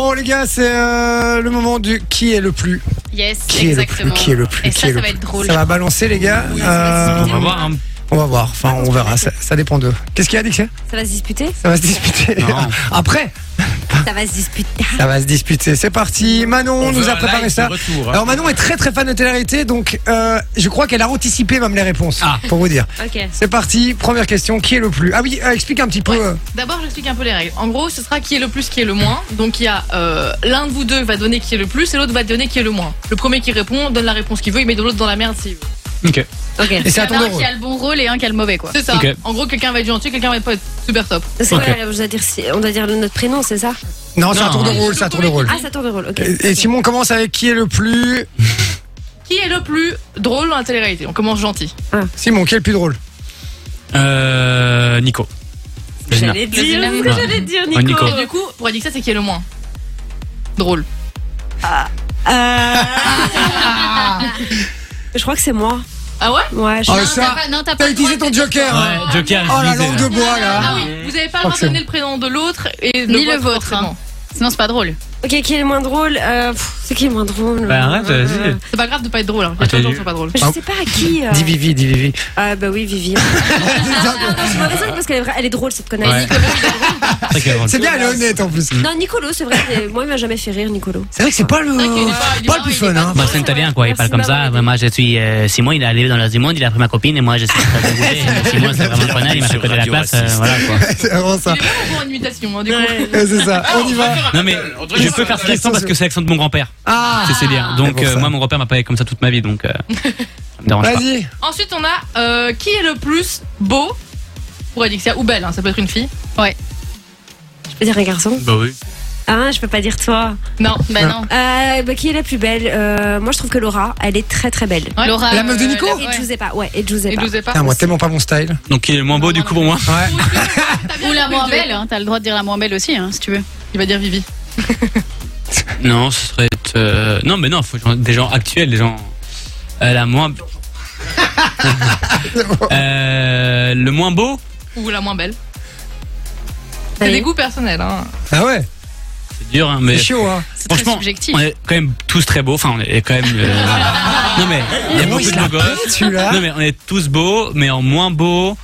Bon les gars, c'est euh, le moment du qui est le plus. Yes, Qui est le plus, exactement. qui est le plus, Et qui ça, est ça le va plus. être drôle. Ça va balancer les gars. va Euh, se On va voir. hein. on va voir, enfin on verra, ça, ça dépend d'eux. Qu'est-ce qu'il y a Dixie Ça va se disputer Ça va se disputer. Non. Après, Ça va se disputer. ça va se disputer. C'est parti. Manon On nous veut a un préparé live ça. de retour, hein. Alors Manon est très très fan de télé-réalité, donc euh, je crois qu'elle a anticipé même les réponses, Ah. pour vous dire. Ok. C'est parti, première question, qui est le plus Ah oui, euh, explique un petit peu. Ouais. euh, D'abord, j'explique un peu les règles. En gros, ce sera qui est le plus, qui est le moins. Donc, il y a euh, l'un de vous deux va donner qui est le plus et l'autre va donner qui est le moins. Le premier qui répond donne la réponse qu'il veut, il met de l'autre dans la merde s'il veut. Ok. Ok. Et c'est à Il y ton en a un tour. qui a le bon rôle et un qui a le mauvais, quoi. C'est ça. Ok. En gros, quelqu'un va être gentil, quelqu'un va être pas être super top. C'est Ok. vrai, on doit dire, si- on doit dire notre prénom, c'est ça Non, c'est à Non, tour de hein. rôle, c'est à tour de rôle. Ah, ça tourne de rôle, ok. Et et Simon commence avec qui est le plus Qui est le plus drôle dans la télé-réalité On commence gentil. Simon, qui est le plus drôle Euh, Nico. Gina. J'allais dire, Vas-y, ce que Nana. j'allais dire, Oh, Nico. Nico. Et du coup, pour dire ça, c'est qui est le moins drôle. Euh, Je crois que c'est moi. Ah ouais Ouais, je... Ah, Non, ça, t'as pas- non, t'as pas T'as le utilisé ton droit de- joker hein. Ouais, Joker. Oh la visé, langue là. de bois Ah là oui, vous avez pas le droit de Forcément. donner le prénom de l'autre et Ni le vôtre, forcément. hein. Sinon, c'est pas drôle. Ok, qui est le moins drôle Euh, pff, C'est qui le moins drôle Bah, arrête, Euh, vas-y. C'est pas grave de pas être drôle. Hein. Il y a Ah, plein de t'as gens qui eu- sont pas drôles. Je sais pas à qui. euh. Dis Vivi, dis Vivi. Ah, bah oui, Vivi. Je me raisonne parce qu'elle est, vra- elle est drôle cette connasse. Ouais. Très calme. C'est bien, elle est honnête en plus. Non, Nicolo, c'est vrai, mais moi il m'a jamais fait rire, Nicolo. C'est vrai que c'est pas le, C'est vrai qu'il est pas- il est pas le plus pas- il fun est hein. pas- Bah, c'est italien, quoi. Il Merci parle comme d'avoir ça. aidé. Moi, je suis euh, Simon, il est arrivé dans l'As du Monde, il a pris ma copine et moi, je suis très dégoûté. Simon, c'est vraiment connard, il m'a fait Sur péter la Radio place. Raciste. euh, voilà, quoi. C'est vraiment ça. Il est vraiment bon en imitation, hein, du coup. Ouais, C'est ça, Ah, on y va. Non, mais je peux faire ce l'accent parce que c'est l'accent de mon grand-père. Ah C'est Célien. C'est Donc, pour euh, ça. moi, mon grand-père m'a pas comme ça toute ma vie, donc euh, ça me dérange pas. Vas-y. Ensuite, on a euh, qui est le plus beau pour Alexia ou belle, hein, ça peut être une fille. Je peux dire un garçon Bah oui. Ah, je peux pas dire toi. Non. Bah non. Euh, bah, qui est la plus belle Euh, Moi je trouve que Laura, elle est très très belle. Ouais. Laura. La meuf de Nico Ah Et Giuseppa, ouais, et Giuseppa. Euh, Et Giuseppa. Putain, moi tellement pas mon style. Donc, il est le moins beau, du coup, pour moi. Ouais. T'as bien Ou la compris, moins le duel. belle, hein, t'as le droit de dire la moins belle aussi, hein, si tu veux. Il va dire Vivi. Non, ce serait. euh, Non, mais non, faut genre- des gens actuels, des gens. Euh, la moins. Euh, le moins beau Ou la moins belle. C'est Oui. des goûts personnels. Hein. Ah ouais, C'est dur, hein, mais. c'est chaud hein. C'est très Franchement, subjectif. on est quand même tous très beaux. Enfin, on est quand même. euh, voilà. Non mais il y a Oh, beaucoup il de l'a beaux gosses. pris, celui-là. Non mais on est tous beaux, mais en moins beaux.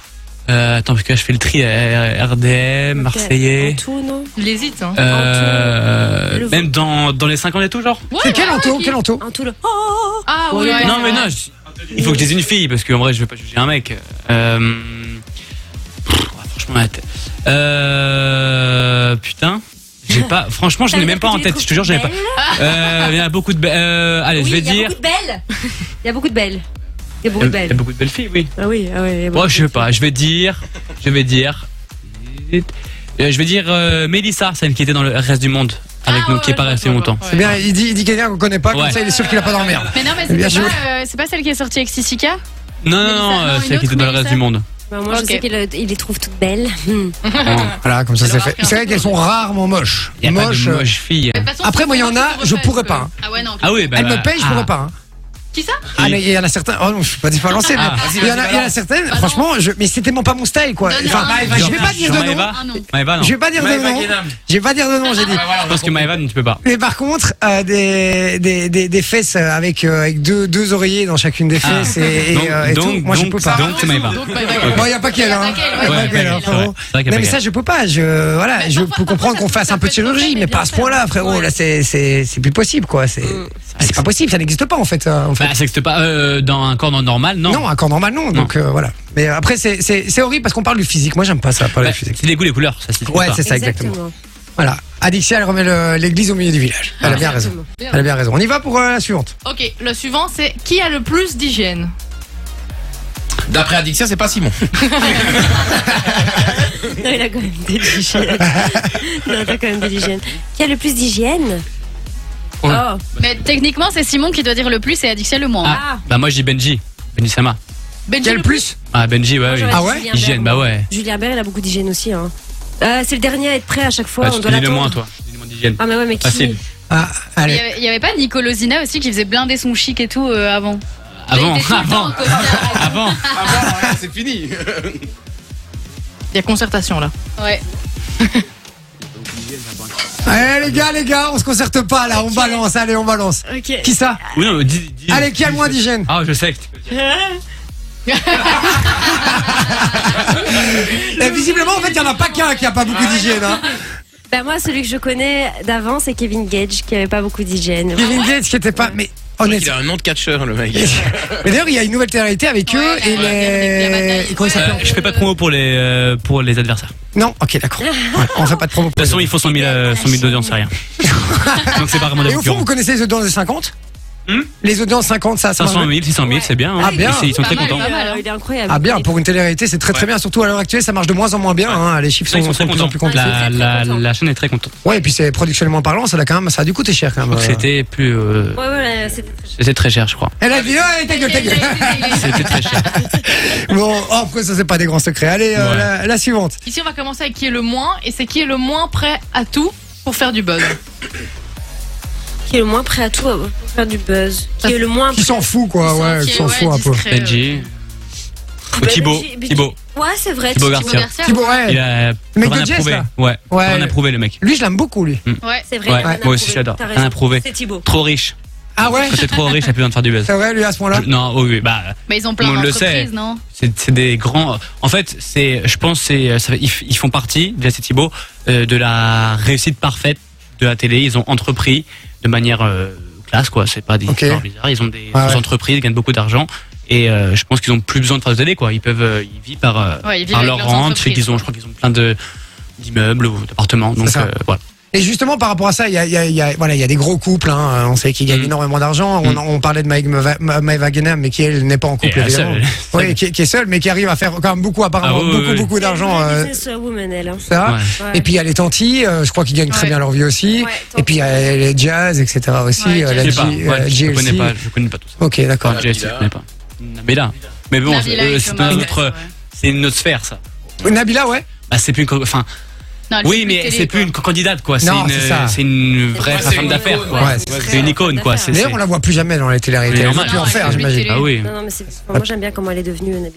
Euh, attends, parce que là, je fais le tri euh, RDM, Marseillais. Antoine, non Il hésite. Hein. euh, Le vent. même dans, dans les 50 et tout, genre Ouais, C'est ouais, quel ouais, anto qui- Quel anto Antoine. Oh Ah oui. Ouais, oui, Non, c'est mais vrai. non, je- il faut que je dise une fille, parce qu'en vrai, je vais pas juger un mec. Euh, pff, ouais, franchement, la tête. Euh, putain. J'ai pas, franchement, je T'as n'ai dit même que pas tu en les tête, je te jure, j'avais pas. trouves Euh, il y a beaucoup de. be- euh, allez, Oui, je vais il y a dire. beaucoup de belles. Il y a beaucoup de belles. Il y a Il beaucoup y de a- il y a belles. beaucoup de belles filles, oui. Ah oui, ah ouais. il y a beaucoup Bon, je de sais pas, je vais dire. Je vais dire. Euh, Je vais dire euh, Mélissa, celle qui était dans le reste du monde, avec Ah, nous, ouais, qui est pas ouais, restée ouais, longtemps. ouais. C'est bien, il dit, il dit quelqu'un qu'on connaît pas, comme Ouais. ça il est sûr qu'il a pas dans la merde. Mais non, mais Bien c'est joué. pas, euh, c'est pas celle qui est sortie avec Sissika Non, non, Mélissa, non, euh, non, une celle qui autre était dans le reste Mélissa. du monde. Bah, moi, je Ok. sais qu'il a- il les trouve toutes belles. Hmm. Bon, Voilà, comme ça c'est Alors, fait. après, C'est vrai qu'elles sont rarement moches. Il y a pas de euh, moche fille. De toute façon, Après, moi, il y en a, tu je refais, pourrais parce pas, que- hein. Ah ouais, non. Ah oui, bah. Elle me paye, je ah. pourrais pas. Hein. Qui ça Ah, mais il y en a certains. Oh non, je peux pas lancer, mais Ah. il y en a, il y en a certaines. Bah, franchement, je... mais c'est tellement pas mon style, quoi. Donne-leur Enfin, un. Maëva, je vais pas dire de Maëva. nom. Ah non. Maëva, non. Je Je vais pas dire de nom. Je vais pas dire de nom, Ah, j'ai dit. Ah, pense que Maëva, tu peux pas. Mais par contre, euh, des, des, des, des fesses euh, avec, euh, avec deux, deux oreillers dans chacune des Ah. fesses et, et, Donc, euh, et donc, tout. Moi, je donc, peux pas. donc, c'est Maëva. Donc, bah, bah, Bon, il n'y a pas qu'elle, hein. Il y a pas Y a qu'elle, pas ouais. qu'elle, hein, Ouais, frérot. c'est vrai qu'il y a Non, pas mais ça, qu'elle. je peux pas. Je, voilà, Mais je parfois- peux parfois, comprendre ça qu'on peut- fasse ça un peu peut de être vrai, chirurgie, mais mais bien pas à ce faire. point-là, frérot. Ouais. Là, c'est, c'est, c'est plus possible, quoi. C'est, c'est pas possible, ça n'existe pas, en fait. euh, en fait. Bah, ça n'existe pas euh, dans un corps normal, non. Bah, Non, un corps normal, non. Donc euh, voilà. Mais après, c'est- c'est c'est horrible parce qu'on parle du physique. Moi, j'aime pas ça, parler Bah, du physique. C'est les goûts, les couleurs, ça c'est Ouais, c'est ça, exactement. Voilà. Adixia, elle remet le- l'église au milieu du village. Elle a bien raison. Exactement. Elle a bien raison. On y va pour euh, la suivante. Ok, le suivant, c'est qui a le plus d'hygiène D'après Addiction, c'est pas Simon. Non, il a quand même de l'hygiène. non, t'as quand même de l'hygiène. Qui a le plus d'hygiène Ouais. Oh, Mais techniquement, c'est Simon qui doit dire le plus et Adixia le moins. Ah, bah, moi, je dis Benji. Benji Sama. Benji Quel le plus Ah, Benji, ouais, oui. j'aurais Ah dit ouais Julien Hygiène, Bert, bah moi. ouais. Julien Bert, il a beaucoup d'hygiène aussi. Hein. Euh, c'est le dernier à être prêt à chaque fois. Bah, on tu doit dis le moins, l'attendre. toi. Tu dis le moins d'hygiène. Ah, mais ouais, mais qui Facile. Ah, Il y allez. avait- il y avait pas Nicolo Zina aussi qui faisait blinder son chic et tout euh, avant. Ah Avant, Il était tout le temps en avant, costard. avant. Ah bah, c'est fini. Ah. Il y a concertation là. Ouais. Allez, Eh, les gars, les gars, on se concerte pas là, on balance, allez, on balance. Ok. Qui ça Oui, non, dis, dis- Allez, qui a le moins dis- d'hygiène Ah, je sais que tu peux dire. Et Visiblement, en fait, il y en a pas qu'un qui a pas beaucoup d'hygiène. Hein. Bah moi, celui que je connais d'avant, c'est Kevin Gage, qui avait pas beaucoup d'hygiène. Kevin Gates qui était pas. Mais Il honnêtement. a un nom de catcheur, le mec. Mais d'ailleurs, il y a une nouvelle télé-réalité avec Ouais, eux là, et on a regardé la les. bataille. Comment ils Ouais. s'appellent Je fais pas de promo pour les, euh, pour les adversaires. De Non, ok, d'accord. Ouais, on fait pas de promo. toute façon, ils font 100 000, euh, 100 000 d'audience, c'est rien. Donc c'est pas vraiment Et au des fond, concurrents. vous connaissez les audiences de 50 Hmm Les audiences 50, ça, ça 500 marche. 000, 600 000, c'est bien. hein. Ah, bien. Ils- Ils sont Pas très mal, contents. pas mal. Alors, il est incroyable. Ah bien, pour une télé-réalité, c'est très très bien. Surtout à l'heure actuelle, ça marche de moins en moins bien. hein. Les chiffres Ça, sont, Ils sont sont très de plus en plus contents. complexes. La, la, contents. la chaîne est très contente. Ouais, et puis c'est productionnellement parlant, ça a quand même, ça a dû coûter cher quand même. Donc c'était plus. euh, Ouais, ouais, c'était très C'était très cher, je crois. Elle a dit, ouais, ta gueule, ta gueule. C'était très cher. Bon, oh, après ça c'est pas des grands secrets. Allez, euh, Ouais. la, la suivante. Ici, on va commencer avec qui est le moins, et c'est qui est le moins prêt à tout pour faire du buzz. Qui est le moins prêt à tout euh, pour faire du buzz. Qui est le moins Ah, Qui s'en fout quoi, ouais, euh, qui s'en fout un peu. discret, Benji. Ou Thibaut. Benji- Thibaut. Ouais, c'est vrai. Thibaut tu- euh, Garcia. Garcia. Thibaut, ouais. Il a euh, mec rien de Jess, approuvé. là. Ouais. Ouais. Rien approuvé, le mec. Lui, je l'aime beaucoup lui. C'est vrai. Ouais, t'as rien moi aussi approuvé, j'adore. t'as Rien raison. approuvé. C'est Thibaut. Trop riche. Ah ouais Quand t'es trop riche, t'as plus besoin de faire du buzz. C'est vrai lui à ce point-là. Je- Non, oh oui, bah, Mais ils ont plein On le d'entreprises, sait. non c'est c'est des grands. En fait, c'est, je pense, c'est, ça fait- ils, f- ils font partie, déjà c'est Thibaut, euh, de la réussite parfaite de la télé. Ils ont entrepris de manière euh, classe, quoi. C'est pas des Ok. Ah histoires bizarres. Ils ont des Ouais, grosses ouais. entreprises, ils gagnent beaucoup d'argent. Et euh, je pense qu'ils ont plus besoin de faire de télé, quoi. Ils peuvent, euh, ils vivent par, euh, Ouais, ils vivent par avec leur leurs rente. entreprises. Ils ont, je crois qu'ils ont plein de d'immeubles ou d'appartements. Donc C'est ça. euh, voilà. Et justement, par rapport à ça, il y a, il y a- il y a- voilà, il y a des gros couples. Hein, on sait qu'ils gagnent Mm. énormément d'argent. On, Mm. on parlait de Maï- Ma- Ma- Maëva Guénam, mais qui elle n'est pas en couple, Et la évidemment. seule. Oui, qui, qui est seule, mais qui arrive à faire quand même beaucoup, apparemment, Ah oui, oui, beaucoup, oui. beaucoup d'argent. C'est une euh, businesswoman, elle. hein. ça. Ouais. Ouais. Et puis il y a les tantis, euh, je crois qu'ils gagnent très Ouais. bien leur vie aussi. Ouais, Et puis il y a les jazz, etc. aussi. Ouais, euh, jazz. la Je G- sais pas. euh, Ouais, je GLC. connais pas. Je connais pas tout ça. Ok, d'accord. Enfin, GLC, je connais pas. Nabila. Mais bon, Nabila euh, et c'est Thomas, un ouais, autre, ouais. c'est une autre sphère, ça. Nabila, ouais. Bah, c'est plus une, co- enfin, Non, elle fait oui, plus de mais télé, c'est quoi. plus une candidate, quoi. C'est Non, une, c'est ça. euh, c'est une vraie Ouais, c'est femme une d'affaires, icône, quoi. ouais, c'est c'est une vrai. icône, quoi. C'est, D'ailleurs, c'est- on la voit plus jamais dans les Mais télé-réalités. On normal. peut en Non, elle faire, fait plus de j'imagine. télé. Ah oui. Non, non, mais c'est. Moi, j'aime bien comment elle est devenue, Nabila.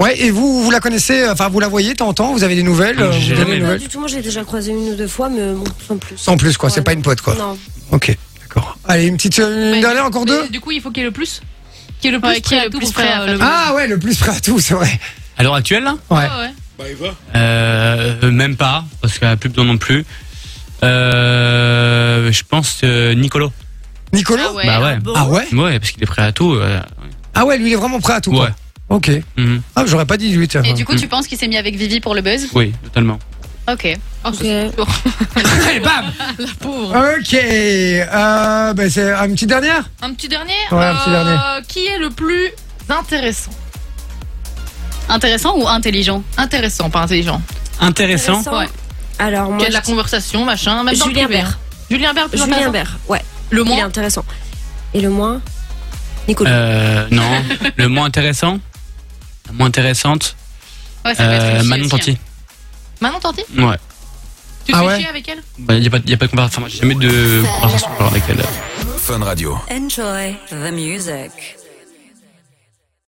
Ouais, et vous, vous la connaissez, euh, enfin, vous la voyez, t'entends, vous avez des nouvelles, Non, euh, vous j'ai donnez jamais des vu. Pas nouvelles. du tout. Moi, j'ai déjà croisé une ou deux fois, mais bon, sans plus. Sans plus, quoi, c'est Ouais, pas non. une pote, quoi. Non. Ok, d'accord. Allez, une petite, euh, une Mais- dernière, encore mais deux Du coup, il faut qu'il y ait le plus. Qui est le plus Ouais, qui est prêt à le tout plus pour prêt faire à euh, le faire Ah ouais, le plus près à tout, c'est vrai. à l'heure actuelle, là, Ouais. Ah Ouais, ouais. euh, euh, même pas, parce qu'elle a plus besoin non plus. Euh, je pense euh, Nicolo. Nicolas Ah ouais. bah ouais. Ah ouais Ouais, parce qu'il est prêt à tout. euh, Ah ouais, lui, il est vraiment prêt à tout. ouais. quoi. Ok. Mhm. Ah, j'aurais pas dit 18. Et du coup, Mm. tu penses qu'il s'est mis avec Vivi pour le buzz Oui, totalement. Ok. Oh, Ok. c'est sûr. Allez, Ah, bam Ah, La pauvre. Ok. Euh, bah, c'est une petite dernière Un petit dernier. Ouais, un petit euh, dernier. Qui est le plus intéressant Intéressant ou intelligent Intéressant, pas intelligent. Intéressant. Ouais. Alors, moi. Qui a de la je- conversation, machin. Même dans le Julien privé, Bert. hein. Julien Bert, plus Julien intéressant. Bert. Ouais. Le Il est moins. intéressant. Et le moins Nicolas. Euh, non, le moins intéressant, la moins intéressante, Ouais, ça peut être euh, aussi, Manon aussi, hein. Tanti. Manon Tanti Ouais. Tu te Ah fais ouais chier avec elle Bah, y a pas, y a pas de comparaison. Enfin, moi, j'ai jamais de comparaison encore avec elle. Fun Radio. Enjoy the music.